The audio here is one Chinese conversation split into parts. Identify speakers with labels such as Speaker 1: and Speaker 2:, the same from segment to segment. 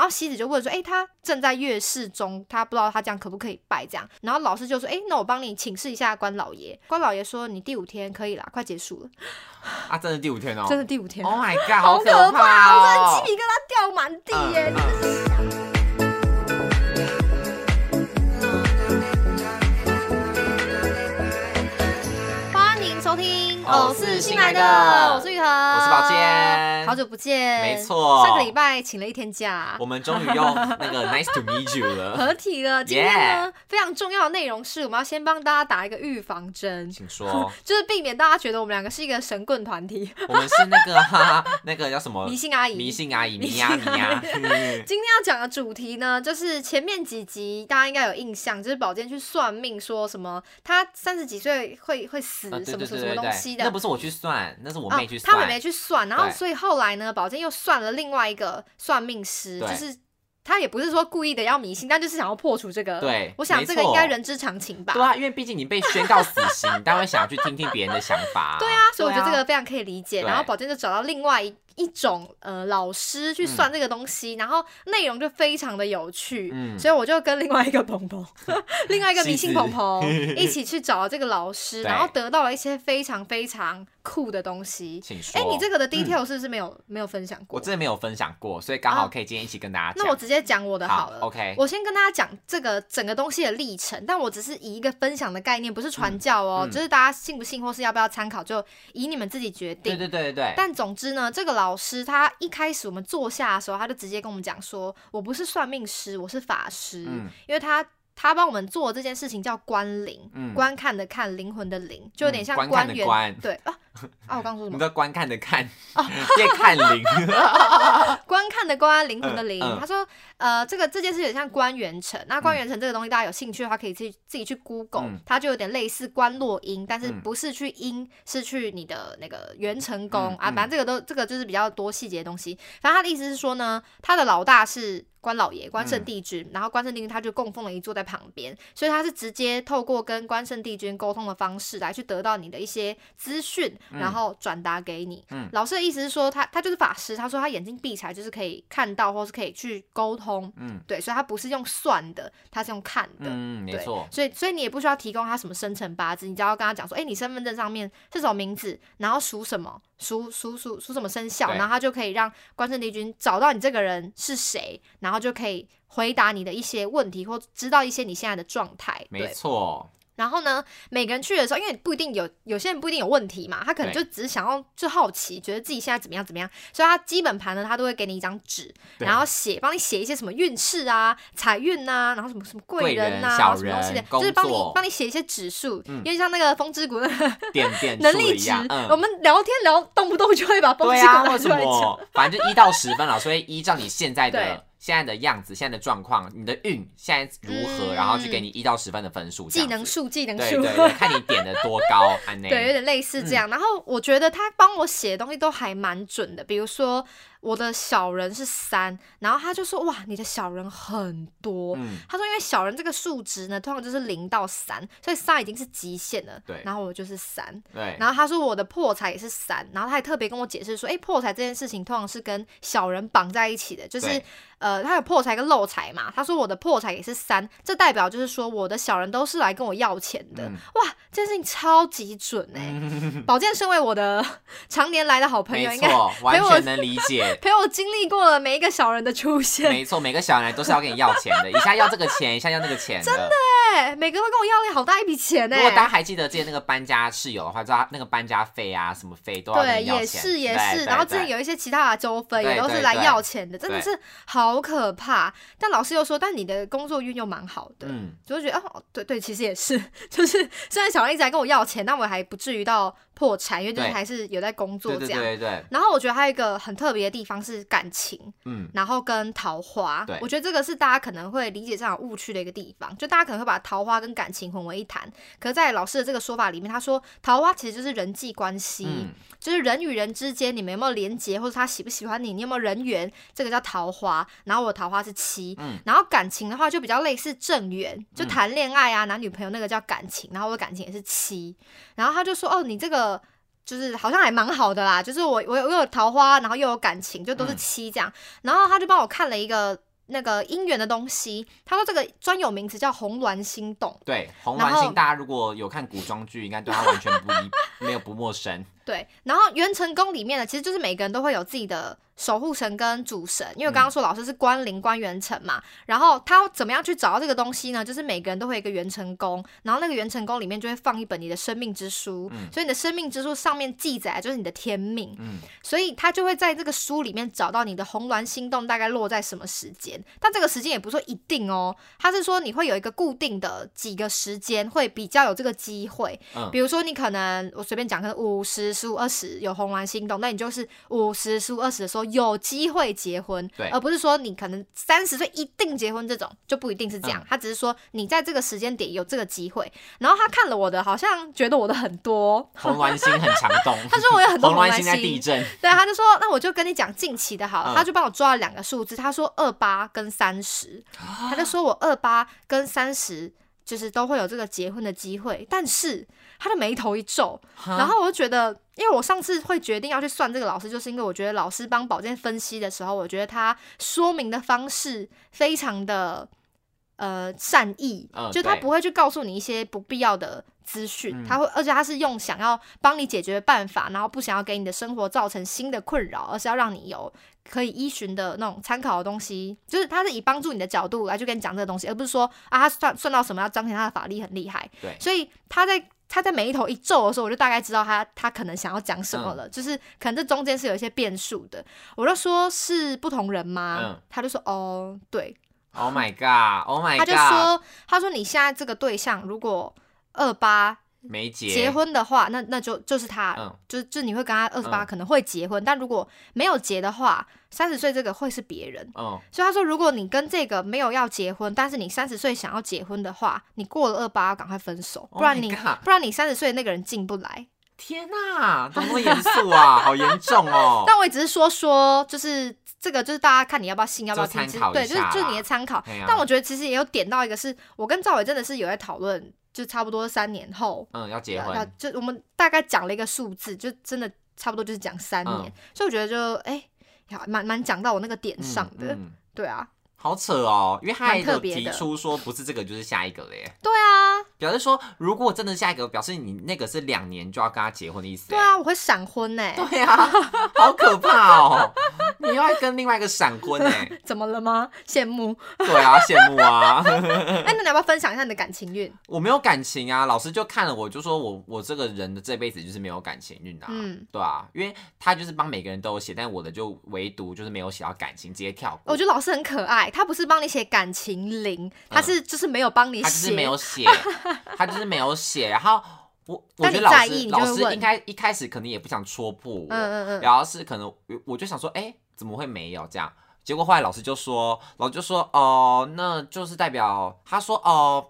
Speaker 1: 后西子就问说：“哎、他正在月事中，他不知道他这样可不可以拜这样。”然后老师就说：“哎、那我帮你请示一下关老爷。”关老爷说：“你第五天可以啦，快结束了，
Speaker 2: 啊，真的第五天 哦，
Speaker 1: 真的第五天。
Speaker 2: ，Oh my god，
Speaker 1: 好
Speaker 2: 可
Speaker 1: 可怕
Speaker 2: 哦，
Speaker 1: 鸡皮疙瘩掉满地耶！
Speaker 2: 嗯
Speaker 1: 真的是嗯欢迎收听《
Speaker 2: 偶
Speaker 1: 偶
Speaker 2: 哦是
Speaker 1: 是
Speaker 2: 新
Speaker 1: 新来
Speaker 2: 来的
Speaker 1: 的》，我是玉恒，
Speaker 2: 我
Speaker 1: 我
Speaker 2: 是宝剑
Speaker 1: 好久不见，
Speaker 2: 没错
Speaker 1: 上个礼拜请了一天假
Speaker 2: 我。们终于要那个 Nice to meet you 了，
Speaker 1: 合体了，今天呢非常重要的内容是我们要先帮大家打一个预防针，
Speaker 2: 请哦说，
Speaker 1: 就是避免大家觉得我们两个是一个神棍团体，
Speaker 2: 我们是那个 哈哈，那个叫什么
Speaker 1: 迷信阿姨，
Speaker 2: 呃迷信阿姨，
Speaker 1: 迷
Speaker 2: 迷
Speaker 1: 信
Speaker 2: 呀
Speaker 1: 阿姨
Speaker 2: 迷呀， 嗯
Speaker 1: 今天要讲的主题呢，就是前面几集大家应该有印象，就是宝剑去算命说什么他三十几岁会会死
Speaker 2: 啊对
Speaker 1: 什
Speaker 2: 对
Speaker 1: 么
Speaker 2: 对
Speaker 1: 什么什么
Speaker 2: 对
Speaker 1: 东西
Speaker 2: 对，
Speaker 1: 的。啊哦
Speaker 2: 那不是我去算，那是我妹去
Speaker 1: 他妹
Speaker 2: 算，
Speaker 1: 妹去算，然后
Speaker 2: 对
Speaker 1: 所以后来呢，宝剑又算了另外一个算命师，
Speaker 2: 对
Speaker 1: 就是他也不是说故意的要迷信，但就是想要破除这个。
Speaker 2: 对
Speaker 1: 我想
Speaker 2: 没
Speaker 1: 这个应该
Speaker 2: 错
Speaker 1: 人之常情吧。
Speaker 2: 对啊，因为毕竟你被宣告死刑，你当然会想要去听听别人的想法，
Speaker 1: 对啊，所以我觉得这个非常可以理解。
Speaker 2: 对
Speaker 1: 然后宝剑就找到另外一一种呃老师去算这个东西，然后内容就非常的有趣。
Speaker 2: 嗯
Speaker 1: 所以我就跟另外一个鹏鹏， 另外一个迷信鹏鹏 一起去找这个老师，
Speaker 2: 对
Speaker 1: 然后得到了一些非常非常酷的东西。
Speaker 2: 请说，
Speaker 1: 哎、你这个的 detail 是不是没有、没有分享
Speaker 2: 嗯我
Speaker 1: 过？
Speaker 2: 真的没有分享过，所以刚好可以今天一起跟大家讲。
Speaker 1: 哦那我直接讲我的好了。
Speaker 2: ，OK，
Speaker 1: 我先跟大家讲这个整个东西的历程，但我只是以一个分享的概念，不是传教哦，
Speaker 2: 嗯嗯
Speaker 1: 就是大家信不信或是要不要参考，就以你们自己决定
Speaker 2: 对。对对对对，
Speaker 1: 但总之呢，这个老师他一开始我们坐下的时候，他就直接跟我们讲说，我不是算命师，我是法师，
Speaker 2: 嗯
Speaker 1: 因为他他帮我们做这件事情叫观灵，
Speaker 2: 嗯
Speaker 1: 观看的看，灵魂的灵，就有点像
Speaker 2: 观看
Speaker 1: 官
Speaker 2: 的
Speaker 1: 员。
Speaker 2: 观
Speaker 1: 对 啊啊！我刚刚说什
Speaker 2: 你
Speaker 1: 么？
Speaker 2: 的观看的看，
Speaker 1: 哦
Speaker 2: 夜 看嗯铃，
Speaker 1: 啊观看的观，灵魂的灵。
Speaker 2: 嗯嗯
Speaker 1: 他说，呃，这个这件事有点像官员城。那官员城这个东西，大家有兴趣的话，可以自己自己去 Google，、
Speaker 2: 嗯
Speaker 1: 它就有点类似观落阴，但是
Speaker 2: 嗯
Speaker 1: 不是去阴，是去你的那个元成宫、
Speaker 2: 嗯
Speaker 1: 啊。
Speaker 2: 嗯
Speaker 1: 反正这个都这个就是比较多细节的东西。反正他的意思是说呢，他的老大是。关老爷，关
Speaker 2: 嗯
Speaker 1: 圣帝君，然后关圣帝君他就供奉了一座在旁边，所以他是直接透过跟关圣帝君沟通的方式来去得到你的一些资讯，
Speaker 2: 嗯
Speaker 1: 然后转达给你。
Speaker 2: 嗯
Speaker 1: 老师的意思是说他他就是法师，他说他眼睛闭起来就是可以看到，或是可以去沟通。
Speaker 2: 嗯
Speaker 1: 对，所以他不是用算的，他是用看的。
Speaker 2: 嗯，没
Speaker 1: 对
Speaker 2: 错，
Speaker 1: 所以，所以你也不需要提供他什么生辰八字，你只要跟他讲说，哎、你身份证上面是什么名字，然后属什么，属属属属什么生肖，
Speaker 2: 对
Speaker 1: 然后他就可以让关圣帝君找到你这个人是谁，然后就可以回答你的一些问题，或知道一些你现在的状态。
Speaker 2: 没
Speaker 1: 对，
Speaker 2: 错，
Speaker 1: 然后呢，每个人去的时候，因为不一定有有些人不一定有问题嘛，他可能
Speaker 2: 对
Speaker 1: 就只是想要就好奇，觉得自己现在怎么样怎么样，所以他基本盘呢，他都会给你一张纸，
Speaker 2: 对
Speaker 1: 然后写帮你写一些什么运势啊、财运呐、然后什么什么贵人呐、
Speaker 2: 贵人
Speaker 1: 然后什么东西的，
Speaker 2: 小人
Speaker 1: 就是帮你
Speaker 2: 工作
Speaker 1: 帮你写一些指数，
Speaker 2: 嗯
Speaker 1: 有点像那个风之谷 那个
Speaker 2: 点点
Speaker 1: 能
Speaker 2: 数
Speaker 1: 力
Speaker 2: 一
Speaker 1: 值
Speaker 2: 样，。
Speaker 1: 我
Speaker 2: 嗯。
Speaker 1: 们聊天聊动不动就会把风
Speaker 2: 对
Speaker 1: 之谷拿
Speaker 2: 啊，为
Speaker 1: 出
Speaker 2: 什
Speaker 1: 来讲，
Speaker 2: 么？反正一到十分，老师会依照你现在的
Speaker 1: 对
Speaker 2: 现在的样子、现在的状况、你的运现在如
Speaker 1: 嗯
Speaker 2: 何，然后去给你一到十分的分数。这
Speaker 1: 技
Speaker 2: 样子
Speaker 1: 能树，技能
Speaker 2: 对
Speaker 1: 树。
Speaker 2: 对对，看你点的多高，安内。
Speaker 1: 对，有点类似
Speaker 2: 嗯
Speaker 1: 这样。然后我觉得他帮我写的东西都还蛮准的，比如说我的小人是三，然后他就说哇，你的小人很多。
Speaker 2: 嗯，
Speaker 1: 他说因为小人这个数值呢，通常就是零到三，所以三已经是极限了。
Speaker 2: 对
Speaker 1: 然后我就是三。
Speaker 2: 对，
Speaker 1: 然后他说我的破财也是三，然后他还特别跟我解释说，哎，破财这件事情通常是跟小人绑在一起的，就是
Speaker 2: 对
Speaker 1: 呃，他有破财跟漏财嘛。他说我的破财也是三，这代表就是说我的小人都是来跟我要钱的。
Speaker 2: 嗯
Speaker 1: 哇，这件事情超级准哎、 宝剑身为我的常年来的好朋友，
Speaker 2: 没
Speaker 1: 应该
Speaker 2: 错，完
Speaker 1: 我
Speaker 2: 全能理解。
Speaker 1: 陪我经历过了每一个小人的出现，
Speaker 2: 没错，每个小人来都是要跟你要钱的，一下要这个钱，一下要那个钱的。真的，
Speaker 1: 对， 每个都跟我要了好大一笔钱欸呢、
Speaker 2: 如果大家还记得之前那个搬家室友的话，知道那个搬家费啊、什么费都要跟
Speaker 1: 对，
Speaker 2: 你要
Speaker 1: 也
Speaker 2: 钱。
Speaker 1: 是也
Speaker 2: 对
Speaker 1: 是，
Speaker 2: 对
Speaker 1: 然后之前
Speaker 2: 对
Speaker 1: 有一些其他的纠纷也
Speaker 2: 对
Speaker 1: 都是
Speaker 2: 对
Speaker 1: 来
Speaker 2: 对
Speaker 1: 要钱的，真的
Speaker 2: 对
Speaker 1: 是好可怕。但老师又说，但你的工作运又蛮好的，
Speaker 2: 嗯，
Speaker 1: 就会觉得哦，对对，其实也是， 就是虽然小人一直在跟我要钱，但我还不至于到破产，因为就是
Speaker 2: 对
Speaker 1: 还是有在工作
Speaker 2: 对
Speaker 1: 这
Speaker 2: 对
Speaker 1: 样。
Speaker 2: 对对对，
Speaker 1: 然后我觉得还有一个很特别的地方是感情，
Speaker 2: 嗯，
Speaker 1: 然后跟桃花
Speaker 2: 对，
Speaker 1: 我觉得这个是大家可能会理解上有误区的一个地方，就大家可能会把桃花跟感情混为一谈。可是在老师的这个说法里面，他说桃花其实就是人际关系，
Speaker 2: 嗯
Speaker 1: 就是人与人之间你们有没有连结，或者他喜不喜欢你，你有没有人缘，这个叫桃花。然后我的桃花是七，
Speaker 2: 嗯
Speaker 1: 然后感情的话就比较类似正缘，就谈恋爱啊、男女朋友那个叫感情，然后我的感情也是七。然后他就说哦，你这个。就是好像还蛮好的啦，就是我我有我有桃花，然后又有感情，就都是
Speaker 2: 嗯
Speaker 1: 七这样。然后他就帮我看了一个那个姻缘的东西，他说这个专有名词叫红鸾心动。
Speaker 2: 对，红
Speaker 1: 然
Speaker 2: 鸾
Speaker 1: 后
Speaker 2: 星，大家如果有看古装剧，应该对它完全不一 没有不陌生。
Speaker 1: 对，然后元辰宫里面呢，其实就是每个人都会有自己的守护神跟主神，因为刚刚说老师是关灵关元辰嘛，然后他要怎么样去找到这个东西呢？就是每个人都会有一个元辰宫，然后那个元辰宫里面就会放一本你的生命之书，
Speaker 2: 嗯
Speaker 1: 所以你的生命之书上面记载就是你的天命，
Speaker 2: 嗯，
Speaker 1: 所以他就会在这个书里面找到你的红鸾心动大概落在什么时间，但这个时间也不是说一定哦，他是说你会有一个固定的几个时间会比较有这个机会，
Speaker 2: 嗯
Speaker 1: 比如说你可能我随便讲，可能五十、十五、二十有红鸾心动，那你就是五十、十五、二十的时候有机会结婚，
Speaker 2: 对
Speaker 1: 而不是说你可能三十岁一定结婚这种就不一定是这样，
Speaker 2: 嗯
Speaker 1: 他只是说你在这个时间点有这个机会，然后他看了我的，好像觉得我的很多。
Speaker 2: 红鸾星很常动，
Speaker 1: 他说我有很多
Speaker 2: 红
Speaker 1: 红鸾
Speaker 2: 鸾
Speaker 1: 心
Speaker 2: 星在地震，
Speaker 1: 对，他就说，那我就跟你讲近期的好了，
Speaker 2: 嗯
Speaker 1: 他就帮我抓了两个数字，他说二八跟三十，
Speaker 2: 啊
Speaker 1: 他就说我二八跟三十就是都会有这个结婚的机会，但是他的眉头一皱，然后我就觉得，因为我上次会决定要去算这个老师，就是因为我觉得老师帮宝剑分析的时候，我觉得他说明的方式非常的呃善意，
Speaker 2: 嗯
Speaker 1: 就他
Speaker 2: 对
Speaker 1: 不会去告诉你一些不必要的资讯，
Speaker 2: 嗯
Speaker 1: 他会，而且他是用想要帮你解决办法，然后不想要给你的生活造成新的困扰，而是要让你有可以依循的那种参考的东西，就是他是以帮助你的角度来去跟你讲这个东西，而不是说啊他算算到什么要彰显他的法力很厉害，
Speaker 2: 对
Speaker 1: 所以他在。他在眉头一皱的时候，我就大概知道他他可能想要讲什
Speaker 2: 嗯
Speaker 1: 么了，就是可能这中间是有一些变数的。我就说是不同人吗？
Speaker 2: 嗯
Speaker 1: 他就说哦，对，
Speaker 2: Oh my god，Oh my
Speaker 1: 他
Speaker 2: god，
Speaker 1: 就说，他说你现在这个对象如果二八
Speaker 2: 没结
Speaker 1: 结，婚的话，那那就就是他，
Speaker 2: 嗯
Speaker 1: 就就你会跟他二十八
Speaker 2: 嗯
Speaker 1: 可能会结婚，但如果没有结的话，三十岁这个会是别人。
Speaker 2: 嗯，
Speaker 1: 所以他说，如果你跟这个没有要结婚，但是你三十岁想要结婚的话，你过了二八赶快分手，
Speaker 2: Oh
Speaker 1: 不然
Speaker 2: my
Speaker 1: 你、
Speaker 2: God
Speaker 1: 不然你三十岁那个人进不来。
Speaker 2: 天哪，怎么那么严肃 啊？好严重哦。
Speaker 1: 但我也只是说说，就是这个就是大家看你要不要信，要不要听
Speaker 2: 就，
Speaker 1: 其
Speaker 2: 参
Speaker 1: 实
Speaker 2: 考一
Speaker 1: 对，就是
Speaker 2: 下
Speaker 1: 就是
Speaker 2: 啦
Speaker 1: 你的参考。
Speaker 2: 对啊
Speaker 1: 但我觉得其实也有点到一个是我跟赵伟真的是有在讨论，就差不多三年后
Speaker 2: 嗯，要结
Speaker 1: 要要
Speaker 2: 婚，
Speaker 1: 就我们大概讲了一个数字，就真的差不多就是讲三年，
Speaker 2: 嗯
Speaker 1: 所以我觉得就哎。呀，蛮蛮讲到我那个点
Speaker 2: 嗯
Speaker 1: 上的，
Speaker 2: 嗯
Speaker 1: 对啊，
Speaker 2: 好扯哦，因为他
Speaker 1: 蛮
Speaker 2: 也
Speaker 1: 特
Speaker 2: 有
Speaker 1: 别
Speaker 2: 提
Speaker 1: 的
Speaker 2: 出说不是这个就是下一个嘞，
Speaker 1: 对啊，
Speaker 2: 表示说如果真的下一个，表示你那个是两年就要跟他结婚的意思。
Speaker 1: 对，啊，我会闪婚呢、
Speaker 2: 对啊，好可怕哦！你又要跟另外一个闪婚哎，
Speaker 1: 怎么了吗？羡 慕？
Speaker 2: 对啊，羡慕啊！
Speaker 1: 哎、那你要不要分享一下你的感情运？
Speaker 2: 我没有感情啊，老师就看了我就说我我这个人的这辈子就是没有感情运啊，
Speaker 1: 嗯
Speaker 2: 对啊，因为他就是帮每个人都有写，但我的就唯独就是没有写到感情，直接跳过。
Speaker 1: 我觉得老师很可爱，他不是帮你写感情零，他是就是没有帮你
Speaker 2: 嗯他就是
Speaker 1: 写，
Speaker 2: 没 有写，他就是没有写。然后我我
Speaker 1: 但
Speaker 2: 觉得
Speaker 1: 你
Speaker 2: 老
Speaker 1: 在意
Speaker 2: 师
Speaker 1: 你就
Speaker 2: 老
Speaker 1: 会
Speaker 2: 师
Speaker 1: 问
Speaker 2: 应该一开始可能也不想戳破我，
Speaker 1: 嗯嗯嗯，
Speaker 2: 然后是可能我我就想说，哎、怎么会没有这样？结果后来老师就说，老师就说，哦、那就是代表他说，哦、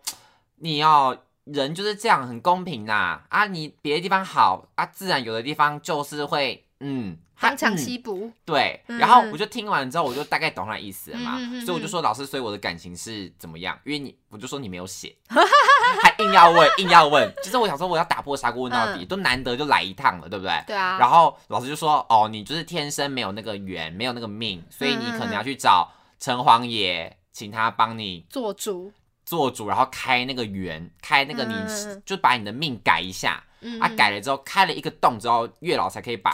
Speaker 2: 你要人就是这样，很公平呐、啊，你别的地方好啊，自然有的地方就是会，嗯，他
Speaker 1: 当场
Speaker 2: 嗯
Speaker 1: 吸补。
Speaker 2: 对，
Speaker 1: 嗯
Speaker 2: 然后
Speaker 1: 嗯
Speaker 2: 我就听完之后，我就大概懂他的意思了嘛，
Speaker 1: 嗯嗯嗯
Speaker 2: 所以我就说老师，所以我的感情是怎么样？因为你，我就说你没有写， 还硬要问，硬要问，就是我想说我要打破砂锅问到底，都难得就来一趟了，对不对？
Speaker 1: 嗯对啊，
Speaker 2: 然后老师就说，哦，你就是天生没有那个缘，没有那个命，所以你
Speaker 1: 嗯
Speaker 2: 可能要去找城隍爷，请他帮你
Speaker 1: 做主，
Speaker 2: 做主，然后开那个缘，开那个你、
Speaker 1: 嗯嗯嗯
Speaker 2: 就把你的命改一下，
Speaker 1: 嗯，
Speaker 2: 啊，
Speaker 1: 嗯
Speaker 2: 改了之后开了一个洞之后，月老才可以把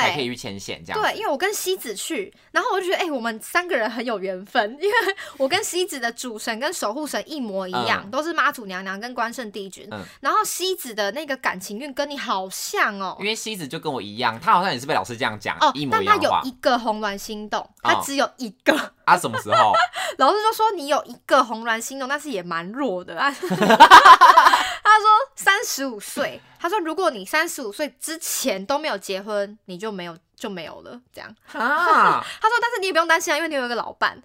Speaker 2: 才可以
Speaker 1: 对。
Speaker 2: 去牵线这样子。
Speaker 1: 对，因为我跟西子去，然后我就觉得，哎、我们三个人很有缘分，因为 我跟西子的主神跟守护神一模一样，
Speaker 2: 嗯
Speaker 1: 都是妈祖娘娘跟关圣帝君。
Speaker 2: 嗯
Speaker 1: 然后西子的那个感情运跟你好像哦，
Speaker 2: 因为西子就跟我一样，他好像也是被老师这样讲，
Speaker 1: 哦
Speaker 2: 一，模
Speaker 1: 但
Speaker 2: 一
Speaker 1: 他
Speaker 2: 样的
Speaker 1: 有
Speaker 2: 话。
Speaker 1: 一个红鸾心动，他
Speaker 2: 哦
Speaker 1: 只有一个，
Speaker 2: 啊，什么时候？
Speaker 1: 老师就说你有一个红鸾心动，但是也蛮弱的。 他他说三十五岁，他说如果你三十五岁之前都没有结婚，你就没有就没有了。这样，
Speaker 2: 啊，
Speaker 1: 他说但是你也不用担心啊，因为你有一个老伴，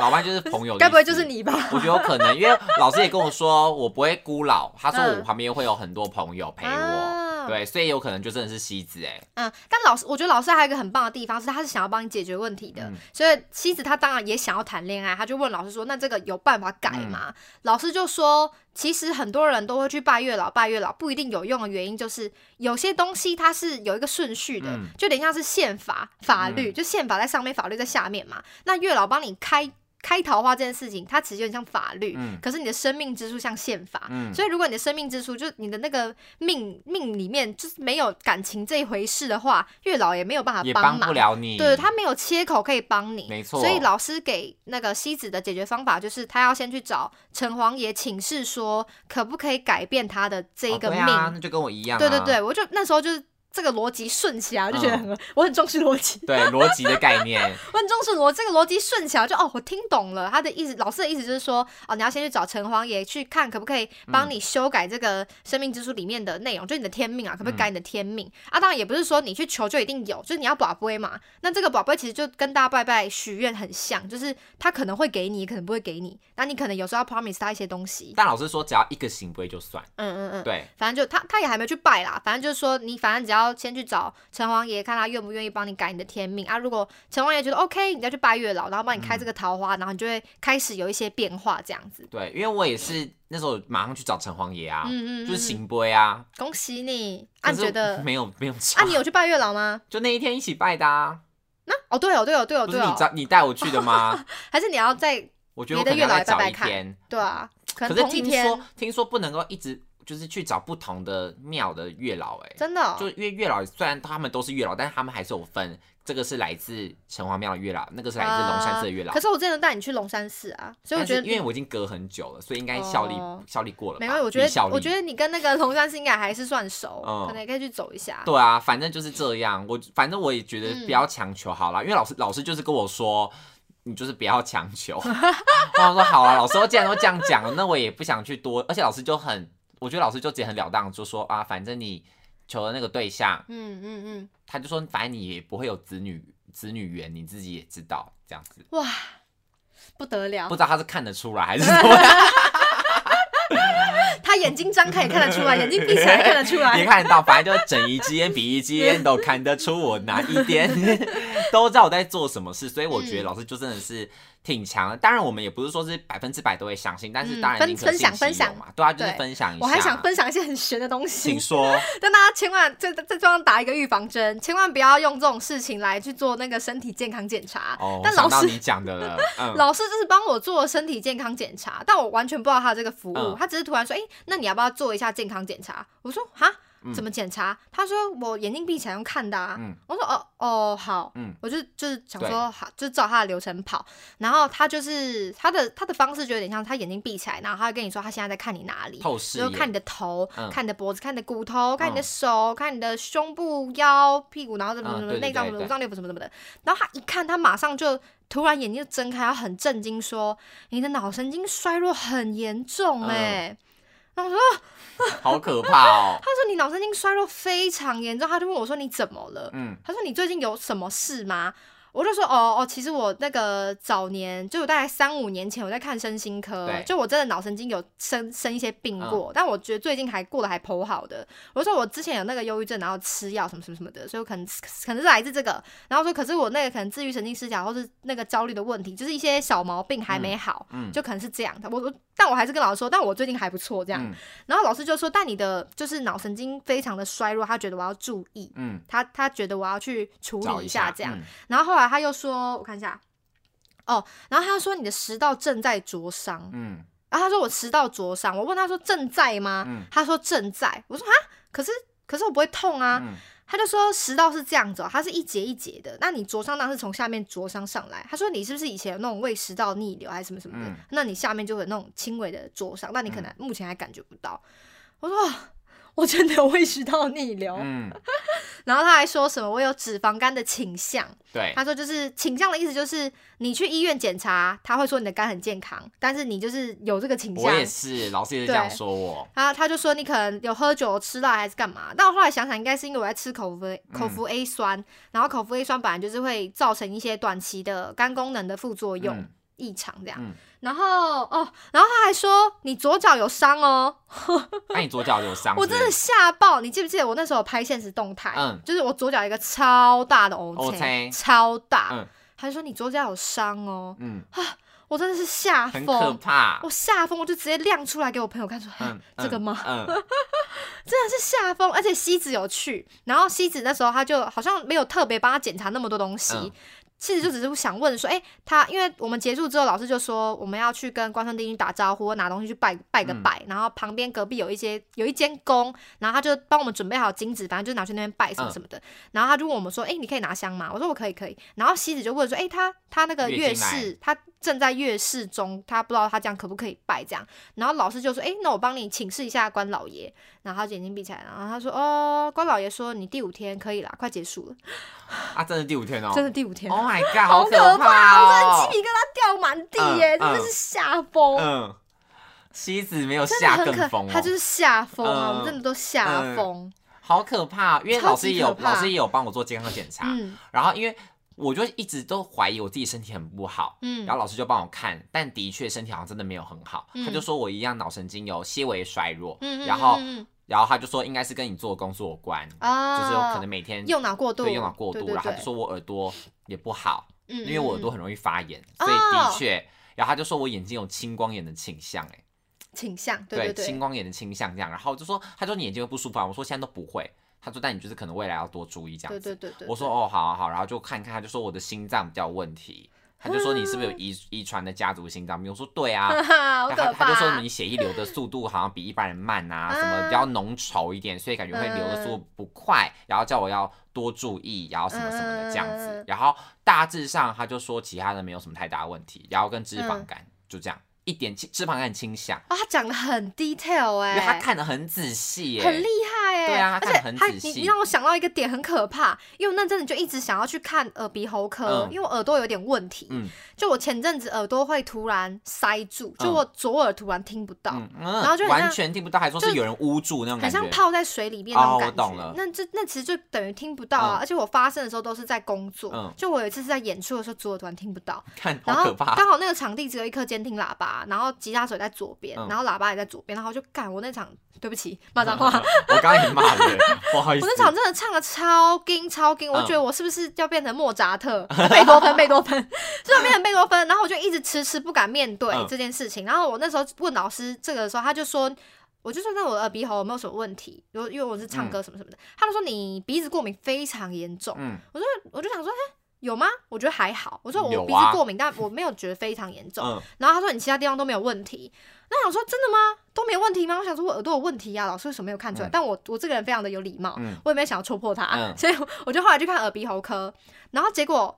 Speaker 2: 老班就是朋友的意思，
Speaker 1: 该不会就是你啊吧？
Speaker 2: 我觉得有可能，因为老师也跟我说，我不会孤老。他说
Speaker 1: 嗯
Speaker 2: 我旁边会有很多朋友陪我，
Speaker 1: 啊嗯
Speaker 2: 对，所以有可能就真的是西子哎，
Speaker 1: 嗯，但老师，我觉得老师还有一个很棒的地方是，他是想要帮你解决问题的。
Speaker 2: 嗯
Speaker 1: 所以妻子她当然也想要谈恋爱，她就问老师说：“那这个有办法改
Speaker 2: 嗯
Speaker 1: 吗？”老师就说：“其实很多人都会去拜月老，拜月老不一定有用的原因就是有些东西它是有一个顺序的，
Speaker 2: 嗯
Speaker 1: 就有点像是宪法、法律，
Speaker 2: 嗯
Speaker 1: 就宪法在上面，法律在下面嘛。那月老帮你开开桃花这件事情，它其实有点像法律，
Speaker 2: 嗯
Speaker 1: 可是你的生命之树像宪法，
Speaker 2: 嗯，
Speaker 1: 所以，如果你的生命之初，就是你的那个命命里面，就是没有感情这一回事的话，月老也没有办法
Speaker 2: 也
Speaker 1: 帮
Speaker 2: 帮
Speaker 1: 忙。
Speaker 2: 不了你，
Speaker 1: 对他没有切口可以帮你，
Speaker 2: 没错
Speaker 1: 所以老师给那个西子的解决方法就是，他要先去找城隍爷请示，说可不可以改变他的这一
Speaker 2: 哦
Speaker 1: 个
Speaker 2: 对
Speaker 1: 命。
Speaker 2: 啊，那就跟我一样、啊，
Speaker 1: 对对对，我就那时候就是这个逻辑顺起来，我就觉得很、我很重视逻辑，
Speaker 2: 对，逻辑的概念，
Speaker 1: 我很重视我这个逻辑顺起来，我就哦，我听懂了他的意思。老师的意思就是说，哦，你要先去找城隍爷去看，可不可以帮你修改这个生命之书里面的内容，就你的天命啊，可不可以改你的天命、啊？当然也不是说你去求就一定有，就是你要宝贝嘛。那这个宝贝其实就跟大家拜拜许愿很像，就是他可能会给你，也可能不会给你。那你可能有时候要 promise 他一些东西。
Speaker 2: 但老师说只要一个行规就算，
Speaker 1: 嗯嗯嗯。
Speaker 2: 对，
Speaker 1: 反正就他他也还没去拜啦，反正就是说你反正只要先去找城隍爷，看他愿不愿意帮你改你的天命啊。如果城隍爷觉得 OK，你再去拜月老，然后帮你
Speaker 2: 嗯
Speaker 1: 开这个桃花，然后你就会开始有一些变化这样子。
Speaker 2: 对，因为我也是那时候马上去找城隍爷啊，
Speaker 1: 嗯嗯嗯，
Speaker 2: 就是行规啊，
Speaker 1: 恭喜你啊！
Speaker 2: 可
Speaker 1: 你
Speaker 2: 是
Speaker 1: 觉得
Speaker 2: 没有没有差
Speaker 1: 啊？你有去拜月老吗？
Speaker 2: 就那一天一起拜的啊，
Speaker 1: 那哦对哦对哦对哦
Speaker 2: 不是
Speaker 1: 对
Speaker 2: 你
Speaker 1: 哦，
Speaker 2: 找 你带我去的吗？
Speaker 1: 还是你要再
Speaker 2: 我觉得我
Speaker 1: 别的
Speaker 2: 可能
Speaker 1: 月
Speaker 2: 要
Speaker 1: 老
Speaker 2: 再
Speaker 1: 也拜
Speaker 2: 找
Speaker 1: 拜
Speaker 2: 一
Speaker 1: 看
Speaker 2: 天，
Speaker 1: 对啊？可
Speaker 2: 可
Speaker 1: 能
Speaker 2: 是
Speaker 1: 同一
Speaker 2: 听
Speaker 1: 天
Speaker 2: 说听说不能够一直就是去找不同的庙的月老、欸，
Speaker 1: 真的哦、
Speaker 2: 就因为月老虽然他们都是月老，但是他们还是有分，这个是来自城隍庙的月老，那个是来自龙山寺的月老。
Speaker 1: 啊可是我真的带你去龙山寺啊，所以我
Speaker 2: 但
Speaker 1: 觉
Speaker 2: 是
Speaker 1: 得
Speaker 2: 因为我已经隔很久了，所以应该效力、
Speaker 1: 哦
Speaker 2: 效力过了吧。
Speaker 1: 没关系，我觉
Speaker 2: 效
Speaker 1: 得
Speaker 2: 力
Speaker 1: 我觉得你跟那个龙山寺应该还是算熟，
Speaker 2: 嗯
Speaker 1: 可能也可以去走一下。
Speaker 2: 对啊，反正就是这样。我反正我也觉得
Speaker 1: 嗯
Speaker 2: 不要强求好啦，因为老师老师就是跟我说，你就是不要强求。我 想说好啊，老师都既然都这样讲了，那我也不想去多。而且老师就很，我觉得老师就直接很了当，就说啊，反正你求的那个对象，
Speaker 1: 嗯嗯嗯，
Speaker 2: 他就说反正你也不会有子女子女缘，你自己也知道这样子。
Speaker 1: 哇，不得了
Speaker 2: 不！知道他是看得出来还是怎么样，
Speaker 1: 他眼睛张开也看得出来，眼睛闭起来也看得出
Speaker 2: 也
Speaker 1: 来。
Speaker 2: 看得到，反正就是整一只眼比一只眼都看得出我哪 一点，都知道我在做什么事，所以我觉得
Speaker 1: 嗯
Speaker 2: 老师就真的是挺强的。当然，我们也不是说是百分之百都会相信，但是
Speaker 1: 嗯
Speaker 2: 当然
Speaker 1: 分
Speaker 2: 宁可
Speaker 1: 分
Speaker 2: 信
Speaker 1: 享
Speaker 2: 其
Speaker 1: 分
Speaker 2: 有
Speaker 1: 享
Speaker 2: 嘛，对啊，就是
Speaker 1: 对
Speaker 2: 分享一下。
Speaker 1: 我还想，分享一些很玄的东西
Speaker 2: 请，说，
Speaker 1: 但大家千万这这这地方打一个预防针，千万不要用这种事情来去做那个身体健康检查。
Speaker 2: 哦，我
Speaker 1: 但老
Speaker 2: 想到
Speaker 1: 师
Speaker 2: 你讲 的了，嗯，
Speaker 1: 老师就是帮我做身体健康检查，但我完全不知道他这个服务，
Speaker 2: 嗯
Speaker 1: 他只是突然说：“哎、那你要不要做一下健康检查？”我说：“哈，
Speaker 2: 嗯
Speaker 1: 怎么检查？”他说：“我眼睛闭起来用看的啊。
Speaker 2: 嗯
Speaker 1: 我说：“哦哦，好。”
Speaker 2: 嗯
Speaker 1: 我就就是想
Speaker 2: 对
Speaker 1: 说好，就照他的流程跑。然后他就是他的他的方式就有点像他眼睛闭起来，然后他会跟你说他现在在看你哪里，
Speaker 2: 透视
Speaker 1: 就看
Speaker 2: 眼，
Speaker 1: 你的头、
Speaker 2: 嗯
Speaker 1: 看你的脖子、看你的骨头、看你的
Speaker 2: 嗯
Speaker 1: 手、看你的胸部、腰、屁股，然后什么什
Speaker 2: 嗯
Speaker 1: 么
Speaker 2: 对对
Speaker 1: 内脏、
Speaker 2: 对
Speaker 1: 什么
Speaker 2: 对
Speaker 1: 五脏六腑什么什么的。然后他一看，他马上就突然眼睛就睁开，他很震惊说：“你的脑神经衰弱很严重
Speaker 2: 嗯
Speaker 1: 哎、然后我说：“
Speaker 2: 好可怕哦
Speaker 1: 他，说你脑神经衰弱非常严重。”他就问我说：“你怎么了？”
Speaker 2: 嗯
Speaker 1: 他说你最近有什么事吗？我就说哦哦，其实我那个早年就大概三五年前我在看身心科
Speaker 2: 对，嗯
Speaker 1: 就我真的脑神经有生生一些病过，但我觉得最近还过得还颇好的。我说我之前有那个忧郁症，然后吃药什么什么什么的，所以我可能可能是来自这个。然后说可是我那个可能自愈神经失调或是那个焦虑的问题，就是一些小毛病还没好，
Speaker 2: 嗯
Speaker 1: 就可能是这样。我我但我还是跟老师说，但我最近还不错这样。
Speaker 2: 嗯
Speaker 1: 然后老师就说，但你的就是脑神经非常的衰弱，他觉得我要注意。
Speaker 2: 嗯，
Speaker 1: 他他觉得我要去处
Speaker 2: 找
Speaker 1: 理
Speaker 2: 一
Speaker 1: 一
Speaker 2: 下
Speaker 1: 下这样，
Speaker 2: 嗯
Speaker 1: 然后后来他又说，我看一下，哦，然后他说你的食道正在灼伤，
Speaker 2: 嗯
Speaker 1: 然后他说我食道灼伤，我问他说正在吗？
Speaker 2: 嗯
Speaker 1: 他说正在，我说啊，可是可是我不会痛啊，
Speaker 2: 嗯
Speaker 1: 他就说食道是这样子、哦，它是一节一节的，那你灼伤当然是从下面灼伤上来。他说你是不是以前有那种胃食道逆流还是什么什么的？
Speaker 2: 嗯
Speaker 1: 那你下面就会有那种轻微的灼伤，那你可能目前还感觉不到。我说哇我真的有胃食道逆流，
Speaker 2: 嗯，
Speaker 1: 然后他还说什么我有脂肪肝的倾向，
Speaker 2: 对，
Speaker 1: 他说就是倾向的意思就是你去医院检查，他会说你的肝很健康，但是你就是有这个倾
Speaker 2: 我
Speaker 1: 向
Speaker 2: 也。是，老师也是这样
Speaker 1: 对
Speaker 2: 说我，
Speaker 1: 他他就说你可能有喝酒、吃辣还是干嘛？但我后来想想，应该是因为我在吃口服
Speaker 2: 嗯
Speaker 1: 口服 A 酸，然后口服 A 酸本来就是会造成一些短期的肝功能的副作用，
Speaker 2: 嗯
Speaker 1: 异常这样。
Speaker 2: 嗯
Speaker 1: 然后哦，然后他还说你左脚有伤哦，
Speaker 2: 那你左脚有伤？
Speaker 1: 我真的，吓爆！你记不记得我那时候有拍现实动态？
Speaker 2: 嗯
Speaker 1: 就是我左脚一个超大的 O
Speaker 2: 凹陷
Speaker 1: 超大。
Speaker 2: 嗯
Speaker 1: 他就说你左脚有伤哦，
Speaker 2: 嗯，
Speaker 1: 我真的是吓
Speaker 2: 很可
Speaker 1: 疯，
Speaker 2: 怕
Speaker 1: 我。吓疯，我就直接亮出来给我朋友看说，哈
Speaker 2: 嗯，
Speaker 1: 这个吗？
Speaker 2: 嗯，
Speaker 1: 真的是吓疯，而且西子有去，然后西子那时候他就好像没有特别帮他检查那么多东西，
Speaker 2: 嗯
Speaker 1: 西子就只是想问说，哎、他因为我们结束之后，老师就说我们要去跟关圣帝君打招呼，拿东西去拜拜
Speaker 2: 嗯
Speaker 1: 个拜，然后旁边隔壁有一些有一间宫，然后他就帮我们准备好金纸，反正就是拿去那边拜什么
Speaker 2: 嗯
Speaker 1: 什么的，然后他就问我们说，哎、你可以拿香吗？我说我可以可以，然后西子就问说，哎、他他那个
Speaker 2: 月
Speaker 1: 月
Speaker 2: 经来
Speaker 1: 事，他正在月事中，他不知道他这样可不可以拜这样，然后老师就说，哎、那我帮你请示一下关老爷，然后他就眼睛闭起来，然后他说：“哦，关老爷说你第五天可以啦，快结束了，
Speaker 2: 啊，真的第五天哦，
Speaker 1: 真的第五天，
Speaker 2: Oh my god，
Speaker 1: 好
Speaker 2: 可
Speaker 1: 怕
Speaker 2: 哦！
Speaker 1: 鸡皮疙瘩掉满地耶，
Speaker 2: 嗯
Speaker 1: 真的是吓疯，
Speaker 2: 嗯，西子没有
Speaker 1: 哦真的
Speaker 2: 下
Speaker 1: 很
Speaker 2: 更
Speaker 1: 可
Speaker 2: 疯、哦，
Speaker 1: 他就是吓疯啊，
Speaker 2: 嗯
Speaker 1: 我们真的都吓疯，
Speaker 2: 好可怕。因为
Speaker 1: 超级
Speaker 2: 老师也有
Speaker 1: 可怕
Speaker 2: 老师也有帮我做健康检查，
Speaker 1: 嗯
Speaker 2: 然后因为我就一直都怀疑我自己身体很不好，
Speaker 1: 嗯
Speaker 2: 然后老师就帮我看，但的确身体好像真的没有很好，
Speaker 1: 嗯
Speaker 2: 他就说我一样脑神经有些微衰弱，
Speaker 1: 嗯，嗯
Speaker 2: 然后
Speaker 1: 嗯嗯
Speaker 2: 然后他就说应该是跟你做的工作有关，
Speaker 1: 啊，
Speaker 2: 就是有可能每天
Speaker 1: 用脑过度，
Speaker 2: 对用脑过度，
Speaker 1: 对对
Speaker 2: 然后他
Speaker 1: 对
Speaker 2: 就说我耳朵也不好，
Speaker 1: 嗯
Speaker 2: 因为我耳朵
Speaker 1: 嗯
Speaker 2: 很容易发炎，
Speaker 1: 哦
Speaker 2: 所以的确，然后他就说我眼睛有青光眼的倾向、欸，
Speaker 1: 倾向，对
Speaker 2: 青
Speaker 1: 对，
Speaker 2: 光眼的倾向这样。然后就说，他说你眼睛会不舒服啊？我说现在都不会。他说，但你就是可能未来要多注意这样
Speaker 1: 对
Speaker 2: 子。
Speaker 1: 对对对，
Speaker 2: 我 说哦，好好好，然后就看看，他就说我的心脏比较有问题，他就说你是不是
Speaker 1: 啊
Speaker 2: 有遗遗传的家族心脏病？我说对啊。
Speaker 1: 哈哈，好
Speaker 2: 然后
Speaker 1: 可
Speaker 2: 他他就说
Speaker 1: 怕嗯
Speaker 2: 你，血液流的速度好像比一般人慢啊，什么比较浓稠一点，所以感觉会流的速度不快，然后叫我要多注意，然后什么什么的这样
Speaker 1: 嗯
Speaker 2: 子。然后大致上他就说其他的没有什么太大问题，然后跟脂肪
Speaker 1: 嗯
Speaker 2: 肝就这样一点轻脂肪肝倾向。
Speaker 1: 啊，他讲的很 detail
Speaker 2: 因为他
Speaker 1: 哎，
Speaker 2: 看得很仔细耶、
Speaker 1: 很厉害哎、
Speaker 2: 对啊他
Speaker 1: 而
Speaker 2: 看
Speaker 1: 且
Speaker 2: 得很
Speaker 1: 他
Speaker 2: 仔
Speaker 1: 你
Speaker 2: 细
Speaker 1: 你让我想到一个点很可怕，因为我那阵子就一直想要去看耳鼻喉科，
Speaker 2: 嗯
Speaker 1: 因为我耳朵有点问题。
Speaker 2: 嗯
Speaker 1: 就我前阵子耳朵会突然塞住，就
Speaker 2: 嗯
Speaker 1: 我左耳突然听不到，
Speaker 2: 嗯嗯，
Speaker 1: 哦然后就很像
Speaker 2: 完全听不到，还说
Speaker 1: 就是
Speaker 2: 有人捂住那种
Speaker 1: 很
Speaker 2: 感觉，
Speaker 1: 像泡在水里面那种
Speaker 2: 哦
Speaker 1: 感
Speaker 2: 我
Speaker 1: 觉。
Speaker 2: 懂了
Speaker 1: 那这那其实就等于听不到啊，
Speaker 2: 嗯
Speaker 1: 而且我发生的时候都是在工作。
Speaker 2: 嗯
Speaker 1: 就我有一次是在演出的时候，左耳突然听不到，
Speaker 2: 看
Speaker 1: 然
Speaker 2: 好
Speaker 1: 后
Speaker 2: 可怕，
Speaker 1: 刚好那个场地只有一颗监听喇叭，然后吉他手也在左边，
Speaker 2: 嗯
Speaker 1: 然后喇叭也在左边，然后我就干我那场对不起骂脏话，
Speaker 2: 我刚刚也骂了，不好意思
Speaker 1: 我，那场真的唱的超惊超惊，我
Speaker 2: 嗯
Speaker 1: 觉得我是不是要变成莫扎特、贝多芬、贝多芬，就要变成贝多芬。然后我就一直迟迟不敢面对
Speaker 2: 嗯
Speaker 1: 这件事情。然后我那时候问老师这个的时候，他就说，我就说那我的耳鼻喉有没有什么问题？因为因为我是唱歌什么什么的，他们说你鼻子过敏非常严重。
Speaker 2: 嗯
Speaker 1: 我说我就想说，哎、有吗？我觉得还好。我说我
Speaker 2: 有
Speaker 1: 鼻子
Speaker 2: 啊
Speaker 1: 过敏，但我没有觉得非常严重。
Speaker 2: 嗯，
Speaker 1: 然后他说你其他地方都没有问题。那我想说真的吗？都没有问题吗？我想说我耳朵有问题啊，老师为什么没有看出来？
Speaker 2: 嗯
Speaker 1: 但我我这个人非常的有礼貌，
Speaker 2: 嗯
Speaker 1: 我也没有想要戳破他，
Speaker 2: 嗯
Speaker 1: 所以我就后来去看耳鼻喉科，然后结果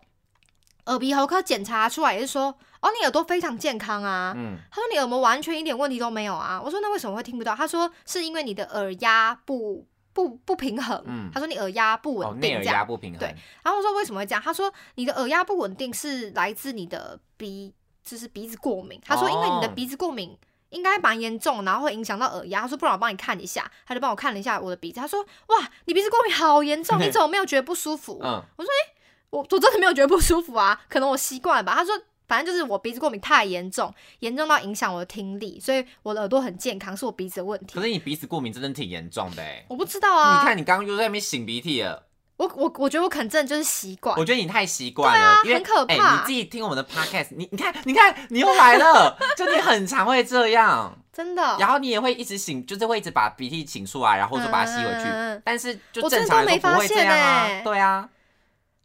Speaker 1: 耳鼻喉科检查出来也是说，哦，你耳朵非常健康啊。
Speaker 2: 嗯
Speaker 1: 他说你耳膜完全一点问题都没有啊。我说那为什么会听不到？他说是因为你的耳压不不不平衡。
Speaker 2: 嗯
Speaker 1: 他说你耳压不
Speaker 2: 哦，
Speaker 1: 稳定
Speaker 2: 内耳
Speaker 1: 这样。
Speaker 2: 压不平衡，
Speaker 1: 对然后我说为什么会这样？他说你的耳压不稳定是来自你的鼻，就是鼻子过敏。他说因为你的
Speaker 2: 哦
Speaker 1: 鼻子过敏应该蛮严重，然后会影响到耳压。他说不然我帮你看一下，他就帮我看了一下我的鼻子。他说哇，你鼻子过敏好严 重，你怎么没有觉得不舒服？
Speaker 2: 嗯
Speaker 1: 我我真的没有觉得不舒服啊，可能我习惯了吧。他说。反正就是我鼻子过敏太严重，严重到影响我的听力，所以我的耳朵很健康，是我鼻子的问题
Speaker 2: 可。是你鼻子过敏真的挺严重的哎、
Speaker 1: 我不知道啊，
Speaker 2: 你看，你刚刚又在那边擤鼻涕了，
Speaker 1: 我我我觉得我可能真的就是习惯
Speaker 2: 我，觉得你太习惯了，
Speaker 1: 对啊
Speaker 2: 因为
Speaker 1: 很可
Speaker 2: 哎
Speaker 1: 怕
Speaker 2: 你自己听我们的 podcast，你你看，你看，你又来了， 就你很常会这样，
Speaker 1: 真的。
Speaker 2: 然后你也会一直擤，就是会一直把鼻涕擤出来，然后就把它吸回去，
Speaker 1: 嗯
Speaker 2: 但是就
Speaker 1: 我真的
Speaker 2: 正常
Speaker 1: 都
Speaker 2: 来
Speaker 1: 没
Speaker 2: 说
Speaker 1: 发
Speaker 2: 不会这
Speaker 1: 现
Speaker 2: 样啊，
Speaker 1: 欸
Speaker 2: 对啊，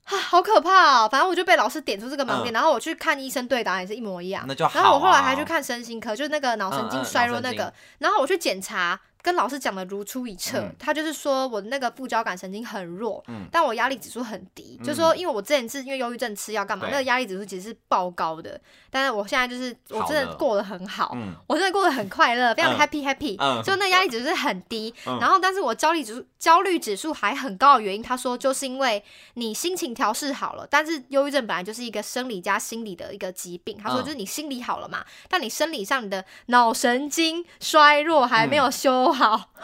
Speaker 1: 啊，好可怕哦！反正我就被老师点出这个盲点，
Speaker 2: 嗯
Speaker 1: 然后我去看医生，对答案也是一模一样。
Speaker 2: 那就好、啊。
Speaker 1: 然后我后来还去看身心科，就是那个脑神
Speaker 2: 嗯
Speaker 1: 经
Speaker 2: 嗯
Speaker 1: 衰
Speaker 2: 脑
Speaker 1: 弱
Speaker 2: 神
Speaker 1: 那个。
Speaker 2: 经
Speaker 1: 然后我去检查，跟老师讲的如出一辙。
Speaker 2: 嗯
Speaker 1: 他就是说我的那个副交感神经很弱，
Speaker 2: 嗯
Speaker 1: 但我压力指数很低。
Speaker 2: 嗯
Speaker 1: 就说因为我之前是因为忧郁症吃药干嘛，
Speaker 2: 对
Speaker 1: 那个压力指数其实是爆高的。但是我现在就是我
Speaker 2: 好
Speaker 1: 真的
Speaker 2: 了
Speaker 1: 过得很好，
Speaker 2: 嗯
Speaker 1: 我真的过得很快乐，非常
Speaker 2: 嗯
Speaker 1: happy happy，、
Speaker 2: 嗯
Speaker 1: 哦就那压力指数是很低，
Speaker 2: 嗯
Speaker 1: 然后但是我焦虑指数焦虑指数还很高的原因，他说就是因为你心情调试好了，但是忧郁症本来就是一个生理加心理的一个疾病，他说
Speaker 2: 嗯
Speaker 1: 就是你心理好了嘛，但你生理上你的脑神经衰弱还没有修 好。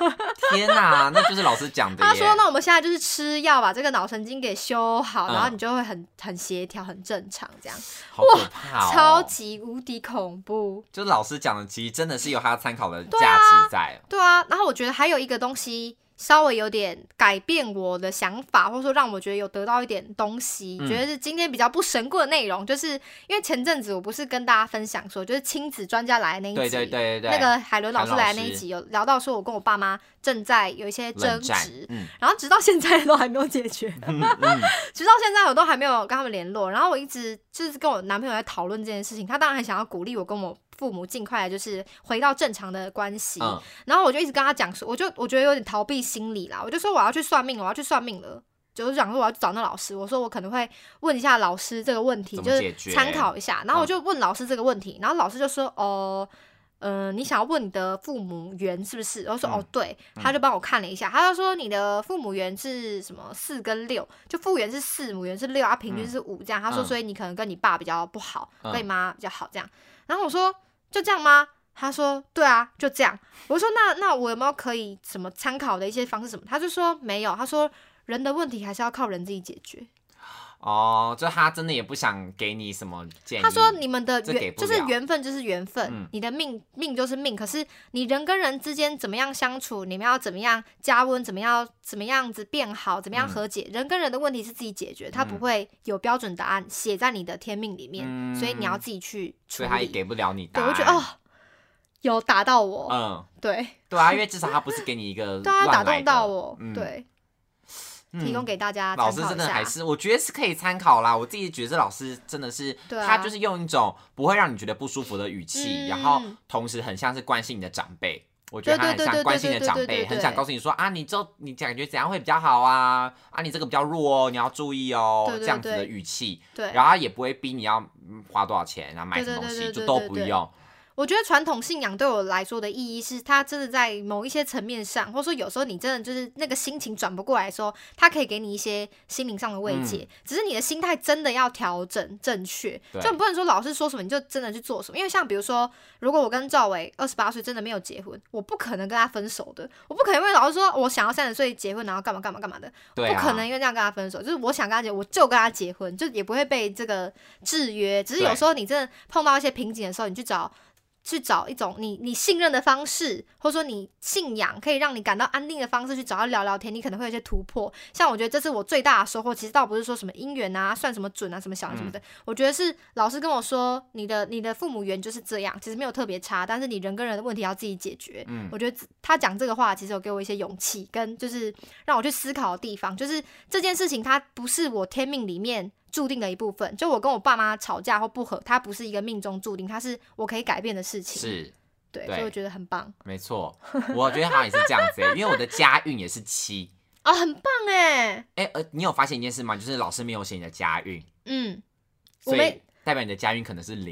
Speaker 2: 天哪、那就是老师讲的耶。
Speaker 1: 他说：“那我们现在就是吃药把这个脑神经给修好，
Speaker 2: 嗯
Speaker 1: 然后你就会很很协调、很正常，这样、
Speaker 2: 好可怕哦，
Speaker 1: 超级无敌恐怖。
Speaker 2: 就老师讲的，其实真的是有他参考的价值在”。
Speaker 1: 对啊，然后我觉得还有一个东西稍微有点改变我的想法，或者说让我觉得有得到一点东西，
Speaker 2: 嗯
Speaker 1: 觉得是今天比较不神棍的内容，就是因为前阵子我不是跟大家分享说，就是亲子专家来的那一集，
Speaker 2: 对对对对对，
Speaker 1: 那个海伦老师
Speaker 2: 韩老
Speaker 1: 来的那一
Speaker 2: 师
Speaker 1: 集有聊到说，我跟我爸妈正在有一些争
Speaker 2: 冷战
Speaker 1: 执，，
Speaker 2: 嗯
Speaker 1: 然后直到现在都还没有解决，
Speaker 2: 嗯嗯，
Speaker 1: 直到现在我都还没有跟他们联络。然后我一直就是跟我男朋友在讨论这件事情，他当然很想要鼓励我跟我父母尽快地就是回到正常的关系。
Speaker 2: 嗯
Speaker 1: 然后我就一直跟他讲说，我就我觉得有点逃避心理啦，我就说我要去算命了，我要去算命了。就是讲说我要去找那老师，我说我可能会问一下老师这个问题，
Speaker 2: 怎
Speaker 1: 就
Speaker 2: 么
Speaker 1: 是
Speaker 2: 解决
Speaker 1: 参考一下。然后我
Speaker 2: 嗯
Speaker 1: 就问老师这个问题，然后老师就说哦。嗯，你想要问你的父母缘是不是？我说、
Speaker 2: 嗯
Speaker 1: 哦，对，他就帮我看了一下，他就说你的父母缘是什么四跟六，就父缘是四，母缘是六，啊，平均是五这样。他说，
Speaker 2: 嗯
Speaker 1: 所以你可能跟你爸比较不好，
Speaker 2: 嗯
Speaker 1: 跟你妈比较好这样。然后我说就这样吗？他说对啊，就这样。我说那那我有没有可以什么参考的一些方式什么？他就说没有，他说人的问题还是要靠人自己解决。
Speaker 2: 哦，就他真的也不想给你什么建议。
Speaker 1: 他说：“你们的
Speaker 2: 这给
Speaker 1: 缘
Speaker 2: 不
Speaker 1: 就是
Speaker 2: 了
Speaker 1: 缘分，就是缘分，
Speaker 2: 嗯
Speaker 1: 你的命命就是命。可是你人跟人之间怎么样相处，你们要怎么样加温，怎么样怎么样子变好，怎么样和解？人跟人的问题是自己解决，他不
Speaker 2: 嗯
Speaker 1: 会有标准答案写在你的天命里面，
Speaker 2: 嗯
Speaker 1: 所以你要自己去处
Speaker 2: 所以他也
Speaker 1: 理。
Speaker 2: 给不了你答
Speaker 1: 对，
Speaker 2: 案。
Speaker 1: 我觉得哦，，有打到我，
Speaker 2: 嗯，
Speaker 1: 对
Speaker 2: 对啊，因为至少他不是给你一 个
Speaker 1: 对啊，打
Speaker 2: 乱来
Speaker 1: 动
Speaker 2: 的
Speaker 1: 到我，
Speaker 2: 嗯
Speaker 1: 对，
Speaker 2: 嗯
Speaker 1: 提供给大家
Speaker 2: 老
Speaker 1: 参
Speaker 2: 师
Speaker 1: 考
Speaker 2: 真
Speaker 1: 一
Speaker 2: 的
Speaker 1: 下
Speaker 2: 还。是，我觉得是可以参考啦。我自己觉得老师真的是，
Speaker 1: 对啊
Speaker 2: 他就是用一种不会让你觉得不舒服的语气，
Speaker 1: 嗯
Speaker 2: 然后同时很像是关心你的长辈。我觉
Speaker 1: 对
Speaker 2: 得他很
Speaker 1: 对对
Speaker 2: 像
Speaker 1: 对
Speaker 2: 关心你的
Speaker 1: 对对
Speaker 2: 长
Speaker 1: 对对
Speaker 2: 辈，
Speaker 1: 对
Speaker 2: 很想告诉你说啊，你就你感觉怎样会比较好啊？啊，你这个比较弱哦，你要注意哦，
Speaker 1: 对对
Speaker 2: 这样子的
Speaker 1: 对
Speaker 2: 语气，
Speaker 1: 对，
Speaker 2: 然后他也不会逼你要嗯花多少钱，然后买
Speaker 1: 对
Speaker 2: 什么
Speaker 1: 对对
Speaker 2: 东西，
Speaker 1: 对
Speaker 2: 就
Speaker 1: 对
Speaker 2: 都
Speaker 1: 对
Speaker 2: 不
Speaker 1: 对
Speaker 2: 用。
Speaker 1: 我觉得传统信仰对我来说的意义是，它真的在某一些层面上，或者说有时候你真的就是那个心情转不过来的时候，它可以给你一些心灵上的慰藉。只是你的心态真的要调整正确，
Speaker 2: 对
Speaker 1: 就你不能说老师说什么你就真的去做什么。因为像比如说，如果我跟赵伟二十八岁真的没有结婚，我不可能跟他分手的，我不可能因为老师说我想要三十岁结婚，然后干嘛干嘛干嘛的，
Speaker 2: 对
Speaker 1: 不
Speaker 2: 啊，
Speaker 1: 可能因为这样跟他分手，就是我想跟他结，我就跟他结婚，就也不会被这个制约。只是有时候你真的碰到一些瓶颈的时候，你去找去找一种你你信任的方式，或者说你信仰可以让你感到安定的方式去找他聊聊天，你可能会有一些突破。像我觉得这是我最大的收获，其实倒不是说什么姻缘啊、算什么准啊、什么小啊什么
Speaker 2: 嗯
Speaker 1: 的，我觉得是老师跟我说，你的你的父母缘就是这样，其实没有特别差，但是你人跟人的问题要自己解决。
Speaker 2: 嗯，
Speaker 1: 我觉得他讲这个话，其实有给我一些勇气，跟就是让我去思考的地方，就是这件事情它不是我天命里面注定的一部分。就我跟我爸妈吵架或不和，它不是一个命中注定，它是我可以改变的事情。
Speaker 2: 是。
Speaker 1: 对，
Speaker 2: 对
Speaker 1: 所以我觉得很棒
Speaker 2: 没错，我觉得好像也是这样子欸、因为我的家运也是七。
Speaker 1: 啊、很棒哎，
Speaker 2: 哎、呃，你有发现一件事吗？就是老师没有写你的家运，
Speaker 1: 嗯，我
Speaker 2: 所以
Speaker 1: 没
Speaker 2: 代表你的家运可能是零。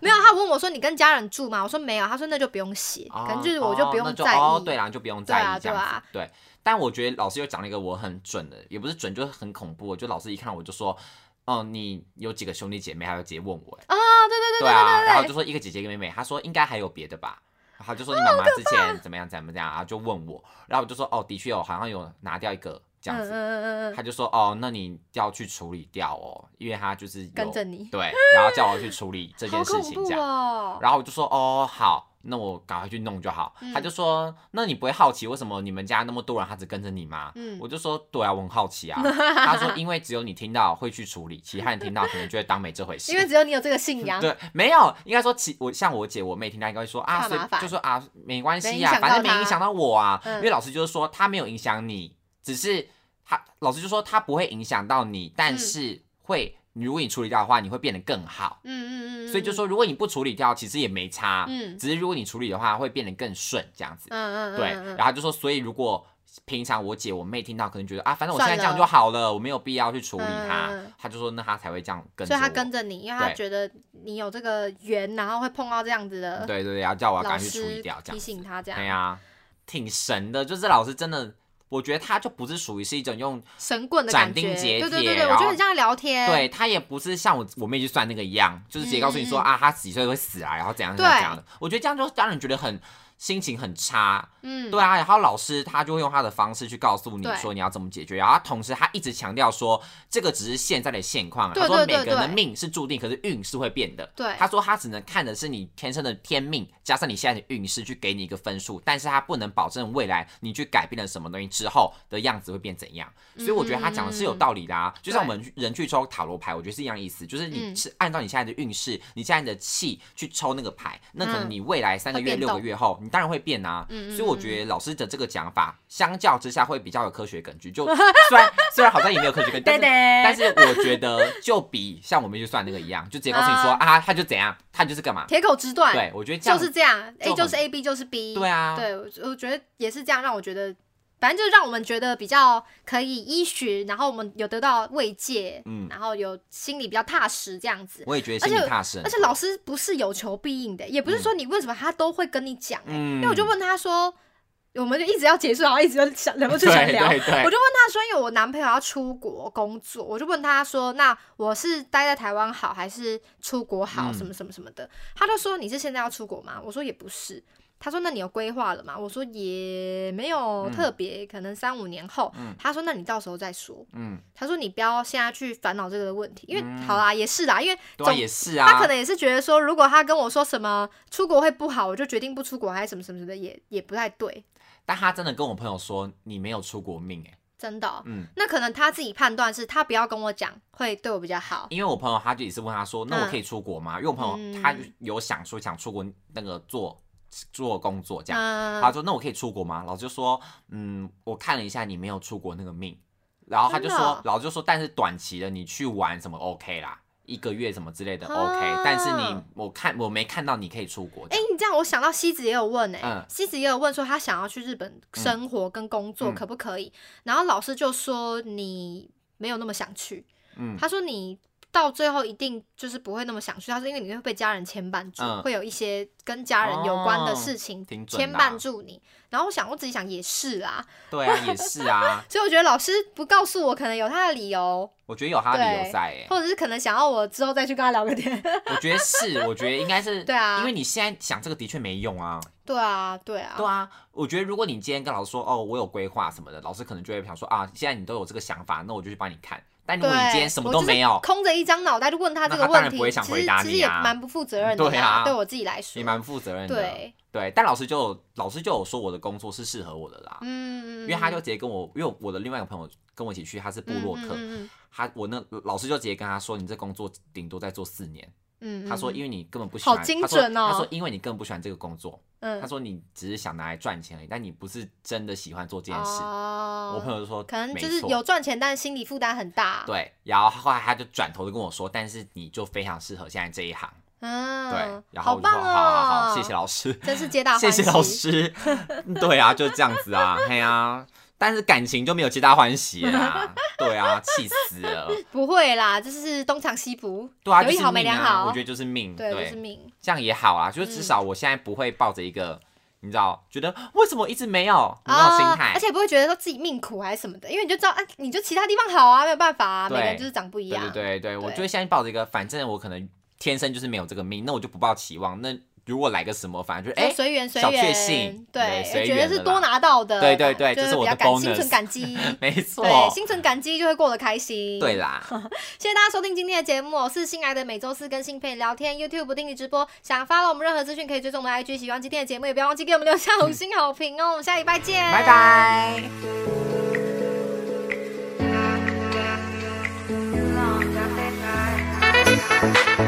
Speaker 1: 没有。他问我说你跟家人住吗？我说没有，他说那就不用写，
Speaker 2: 哦
Speaker 1: 可能就是我就不
Speaker 2: 哦那
Speaker 1: 用
Speaker 2: 就
Speaker 1: 在意。
Speaker 2: 哦，对啦，就不用在
Speaker 1: 对啊
Speaker 2: 意这
Speaker 1: 对
Speaker 2: 样子。
Speaker 1: 啊
Speaker 2: 对，但我觉得老师又讲了一个我很准的，也不是准，就是很恐怖的。就老师一看我就说，哦，你有几个兄弟姐妹？还有直接问我、欸。
Speaker 1: 啊、对对对对
Speaker 2: 啊，然后
Speaker 1: 对哦
Speaker 2: 就说一个姐姐一个妹妹，他说应该还有别的吧。然后他就说你妈妈之
Speaker 1: 啊
Speaker 2: 前怎么样怎么样，然后就问我，然后我就说哦，的确有，好像有拿掉一个这
Speaker 1: 嗯
Speaker 2: 样
Speaker 1: 嗯
Speaker 2: 子。
Speaker 1: 嗯嗯嗯，
Speaker 2: 他就说哦，那你要去处理掉哦，因为他就是有
Speaker 1: 跟着你，
Speaker 2: 对，然后叫我去处理这
Speaker 1: 好
Speaker 2: 件事
Speaker 1: 恐
Speaker 2: 情
Speaker 1: 怖
Speaker 2: 这样。
Speaker 1: 哦。
Speaker 2: 然后我就说哦好，那我赶快去弄就好。他
Speaker 1: 嗯
Speaker 2: 就说那你不会好奇为什么你们家那么多人他只跟着你吗？
Speaker 1: 嗯
Speaker 2: 我就说对啊，我很 好奇啊。他说因为只有你听到会去处理，其他人听到可能就会当没这回事。
Speaker 1: 因为只有你有这个信仰，
Speaker 2: 对，没有，应该说其我像我姐我妹听到应该会说啊，
Speaker 1: 怕
Speaker 2: 所以
Speaker 1: 麻烦
Speaker 2: 就说啊没关
Speaker 1: 没
Speaker 2: 系
Speaker 1: 影
Speaker 2: 呀、
Speaker 1: 响
Speaker 2: 反正
Speaker 1: 到
Speaker 2: 没影
Speaker 1: 他
Speaker 2: 响到我啊，
Speaker 1: 嗯
Speaker 2: 因为老师就是说他没有影响你，只是他老师就说他不会影响到你，但
Speaker 1: 嗯
Speaker 2: 是会、如果你处理掉的话，你会变得更好。
Speaker 1: 嗯嗯嗯嗯，
Speaker 2: 所以就说，如啊果你不处理掉，其实也没差，
Speaker 1: 嗯
Speaker 2: 只是如果你处理的话，会变得更顺这样子。
Speaker 1: 嗯嗯嗯，
Speaker 2: 对，
Speaker 1: 嗯
Speaker 2: 然后他就说，所以如果平常我姐我妹听到，可能觉得啊，反正我现
Speaker 1: 算
Speaker 2: 在这样
Speaker 1: 了
Speaker 2: 就好了，我没有必要去处理她。
Speaker 1: 嗯
Speaker 2: 他就说，那他才会这样跟着
Speaker 1: 所
Speaker 2: 我。
Speaker 1: 以他跟着你，因为他
Speaker 2: 对
Speaker 1: 觉得你有这个缘，然后会碰到这样子的
Speaker 2: 对对对，要叫我
Speaker 1: 老
Speaker 2: 赶紧去处理
Speaker 1: 师
Speaker 2: 掉
Speaker 1: 提
Speaker 2: 这样。
Speaker 1: 醒他这
Speaker 2: 对
Speaker 1: 样，
Speaker 2: 呀、挺神的，就是老师真的，我觉得他就不是属于是一种用，
Speaker 1: 神棍的感
Speaker 2: 斩钉
Speaker 1: 觉。
Speaker 2: 截
Speaker 1: 对
Speaker 2: 铁
Speaker 1: 对对对，我
Speaker 2: 然后
Speaker 1: 觉得很像聊天。
Speaker 2: 对他也不是像我我妹去算那个一样，就是直接告诉你说、
Speaker 1: 嗯嗯
Speaker 2: 啊，他几岁会死啊，然后怎样怎
Speaker 1: 对
Speaker 2: 样怎样的。我觉得这样就让人觉得很心情很差，
Speaker 1: 嗯，
Speaker 2: 对啊，然后老师他就会用他的方式去告诉你
Speaker 1: 对
Speaker 2: 说你要怎么解决，然后他同时他一直强调说这个只是现在的现况，啊
Speaker 1: 对
Speaker 2: 他
Speaker 1: 对
Speaker 2: 说每
Speaker 1: 对
Speaker 2: 个人的
Speaker 1: 对
Speaker 2: 命是注定，可是运是会变的。
Speaker 1: 对
Speaker 2: 他说他只能看的是你天生的天命，加上你现在的运势去给你一个分数，但是他不能保证未来你去改变了什么东西之后的样子会变怎样。
Speaker 1: 嗯
Speaker 2: 所以我觉得他讲的是有道理的啊，就像我们人去抽塔罗牌，我觉得是一样意思，就是你
Speaker 1: 嗯
Speaker 2: 是按照你现在的运势，你现在的气去抽那个牌，那可能
Speaker 1: 嗯
Speaker 2: 你未来三个
Speaker 1: 会
Speaker 2: 月、
Speaker 1: 变
Speaker 2: 六个
Speaker 1: 动
Speaker 2: 月后，你当然会变啊。
Speaker 1: 嗯嗯
Speaker 2: 所以我觉得老师的这个讲法，相较之下会比较有科学根据。就虽然 虽然好像也没有 科学根据，但
Speaker 1: 对
Speaker 2: 是但是我觉得就比像我们去算那个一样，就直接告诉你说啊，他就怎样，他就是干嘛。
Speaker 1: 铁口直断，
Speaker 2: 对，我觉得这
Speaker 1: 就
Speaker 2: 样
Speaker 1: 是这样
Speaker 2: 就
Speaker 1: ，A 就
Speaker 2: 很
Speaker 1: 是 A B 就是 B，
Speaker 2: 对啊，
Speaker 1: 对，我我觉得也是这样，让我觉得，反正就是让我们觉得比较可以依循，然后我们有得到慰藉，
Speaker 2: 嗯
Speaker 1: 然后有心里比较踏实这样子。
Speaker 2: 我也觉得
Speaker 1: 而
Speaker 2: 心里
Speaker 1: 且
Speaker 2: 踏实很
Speaker 1: 而
Speaker 2: 多。
Speaker 1: 且老师不是有求必应的，也不是说你问什么他都会跟你讲、欸，
Speaker 2: 嗯
Speaker 1: 因为我就问他说，我们就一直要结束，然后一直就想忍不住想
Speaker 2: 对
Speaker 1: 聊。
Speaker 2: 对
Speaker 1: 我
Speaker 2: 对，
Speaker 1: 就问他说，因为我男朋友要出国工作，我就问他说，那我是待在台湾好还是出国好，
Speaker 2: 嗯
Speaker 1: 什么什么什么的。他就说你是现在要出国吗？我说也不是。他说那你有规划了吗？我说也没有
Speaker 2: 嗯
Speaker 1: 特别，可能三五年后。
Speaker 2: 嗯
Speaker 1: 他说那你到时候再说。
Speaker 2: 嗯，
Speaker 1: 他说你不要现在去烦恼这个问题，因为、
Speaker 2: 嗯
Speaker 1: 好啦，也是啦，因为
Speaker 2: 对啊，
Speaker 1: 总
Speaker 2: 也是啊。
Speaker 1: 他可能也是觉得说，如果他跟我说什么出国会不好，我就决定不出国，还是什么什么什么的，也也不太对，
Speaker 2: 但他真的跟我朋友说，你没有出国命哎、欸
Speaker 1: 真的哦、
Speaker 2: 嗯，
Speaker 1: 那可能他自己判断是他不要跟我讲，会对我比较好。
Speaker 2: 因为我朋友他就也是问他说，那我
Speaker 1: 嗯
Speaker 2: 可以出国吗？因为我朋友
Speaker 1: 嗯
Speaker 2: 他有想说想出国那个做做工作这样，
Speaker 1: 嗯，
Speaker 2: 他说那我可以出国吗？老师就说，嗯，我看了一下你没有出国那个命，然后他就
Speaker 1: 真的
Speaker 2: 说
Speaker 1: 哦，
Speaker 2: 老师就说，但是短期的你去玩什么 OK 啦。一个月什么之类的
Speaker 1: 啊
Speaker 2: OK，但是你我看我没看到你可以出国这
Speaker 1: 哎、
Speaker 2: 样，
Speaker 1: 你这样我想到西子也有问哎、
Speaker 2: 嗯
Speaker 1: 西子也有问说他想要去日本生活跟工作
Speaker 2: 嗯
Speaker 1: 可不可以，然后老师就说你没有那么想去，
Speaker 2: 嗯
Speaker 1: 他说你到最后一定就是不会那么想去，他说因为你会被家人牵绊住，
Speaker 2: 嗯
Speaker 1: 会有一些跟家人有关的
Speaker 2: 哦
Speaker 1: 事情
Speaker 2: 挺准
Speaker 1: 牵
Speaker 2: 的
Speaker 1: 绊
Speaker 2: 啊
Speaker 1: 住你，然后我想我自己想也是啦，
Speaker 2: 对啊，也是啊，
Speaker 1: 所以我觉得老师不告诉我可能有他的理由，
Speaker 2: 我觉得有他的理由
Speaker 1: 对
Speaker 2: 在哎、
Speaker 1: 或者是可能想要我之后再去跟他聊个 天。
Speaker 2: 我觉得是，我觉得应该 是，
Speaker 1: 对啊
Speaker 2: 因为你现在想这个的确没用啊，
Speaker 1: 对啊，对啊，
Speaker 2: 对啊，我觉得如果你今天跟老师说，哦，我有规划什么的，老师可能就会想说啊，现在你都有这个想法，那我就去帮你看。但如
Speaker 1: 对，
Speaker 2: 果你今天什么
Speaker 1: 我
Speaker 2: 都
Speaker 1: 就是
Speaker 2: 没有，
Speaker 1: 空着一张脑袋就问他这个
Speaker 2: 那他当
Speaker 1: 问
Speaker 2: 然
Speaker 1: 题，
Speaker 2: 不会想回答
Speaker 1: 其实其
Speaker 2: 你啊
Speaker 1: 实也蛮不负责任的啦，
Speaker 2: 对啊
Speaker 1: 对我自己来说
Speaker 2: 也，蛮负责任的。
Speaker 1: 对，
Speaker 2: 对但老师就有老师就有说我的工作是适合我的啦，
Speaker 1: 嗯，
Speaker 2: 因为他就直接跟我，因为我的另外一个朋友跟我一起去，他是布洛克，
Speaker 1: 嗯
Speaker 2: 他我那老师就直接跟他说，你这工作顶多再做四年。
Speaker 1: 嗯，嗯
Speaker 2: 他说，因
Speaker 1: 为
Speaker 2: 为你根本不喜
Speaker 1: 好
Speaker 2: 欢，
Speaker 1: 精
Speaker 2: 他说
Speaker 1: 准哦
Speaker 2: 他说，因为你根本不喜欢这个工作，
Speaker 1: 嗯，
Speaker 2: 他说你只是想拿来赚钱而已，但你不是真的喜欢做这件事。
Speaker 1: 哦、
Speaker 2: 我朋友就说，
Speaker 1: 可能
Speaker 2: 没
Speaker 1: 就是
Speaker 2: 错
Speaker 1: 有赚钱，但是心理负担很大，，
Speaker 2: 对，然后后来他就转头就跟我说，但是你就非常适合现在这一行，对，
Speaker 1: 嗯，
Speaker 2: 然后
Speaker 1: 好
Speaker 2: 我就说
Speaker 1: 棒
Speaker 2: 好好
Speaker 1: 哦，
Speaker 2: 好，谢谢老师，
Speaker 1: 真是皆大
Speaker 2: 谢
Speaker 1: 欢
Speaker 2: 谢
Speaker 1: 喜，
Speaker 2: 老师，对啊，就是这样子啊，嘿啊，但是感情就没有皆大欢喜啊，对啊，气死了，
Speaker 1: 不会啦，就是东厂西补，
Speaker 2: 对啊，
Speaker 1: 有一
Speaker 2: 就是
Speaker 1: 好没
Speaker 2: 命
Speaker 1: 两
Speaker 2: 啊，
Speaker 1: 好，
Speaker 2: 我觉得就是命，
Speaker 1: 对，就是命，嗯
Speaker 2: 这样也好啊，就是至少我现在不会抱着一个。你知道，觉得为什么一直没有你那种心态
Speaker 1: 哦啊而？且不会觉得说自己命苦还是什么的，因为你就知道，啊，你就其他地方好啊，没有办法啊，每
Speaker 2: 对
Speaker 1: 个人就是长不一样，
Speaker 2: 对对对对，我
Speaker 1: 对
Speaker 2: 就会现在抱着一个，反正我可能天生就是没有这个命，那我就不抱期望。那如果来个什么，反正就哎
Speaker 1: 就，随缘随
Speaker 2: 小
Speaker 1: 缘，
Speaker 2: 确幸对
Speaker 1: 对，
Speaker 2: 随
Speaker 1: 觉得
Speaker 2: 缘的
Speaker 1: 是
Speaker 2: 啦
Speaker 1: 多拿到的，
Speaker 2: 对对对
Speaker 1: 就是
Speaker 2: 这是
Speaker 1: 比
Speaker 2: 我
Speaker 1: 较
Speaker 2: 的
Speaker 1: 感
Speaker 2: bonus
Speaker 1: 心存感 激，
Speaker 2: 没错，
Speaker 1: 对，心存感激就会过得开心，
Speaker 2: 对。啦，
Speaker 1: 谢谢大家收听今天的节目，我是新来的每周四跟新配聊天，YouTube 不定期直播，想发了我们任何资讯可以追踪我们的 IG，喜欢今天的节目也不要忘记给我们留下五星好评哦，我们下礼拜见，
Speaker 2: 拜拜。
Speaker 3: Long, long, long.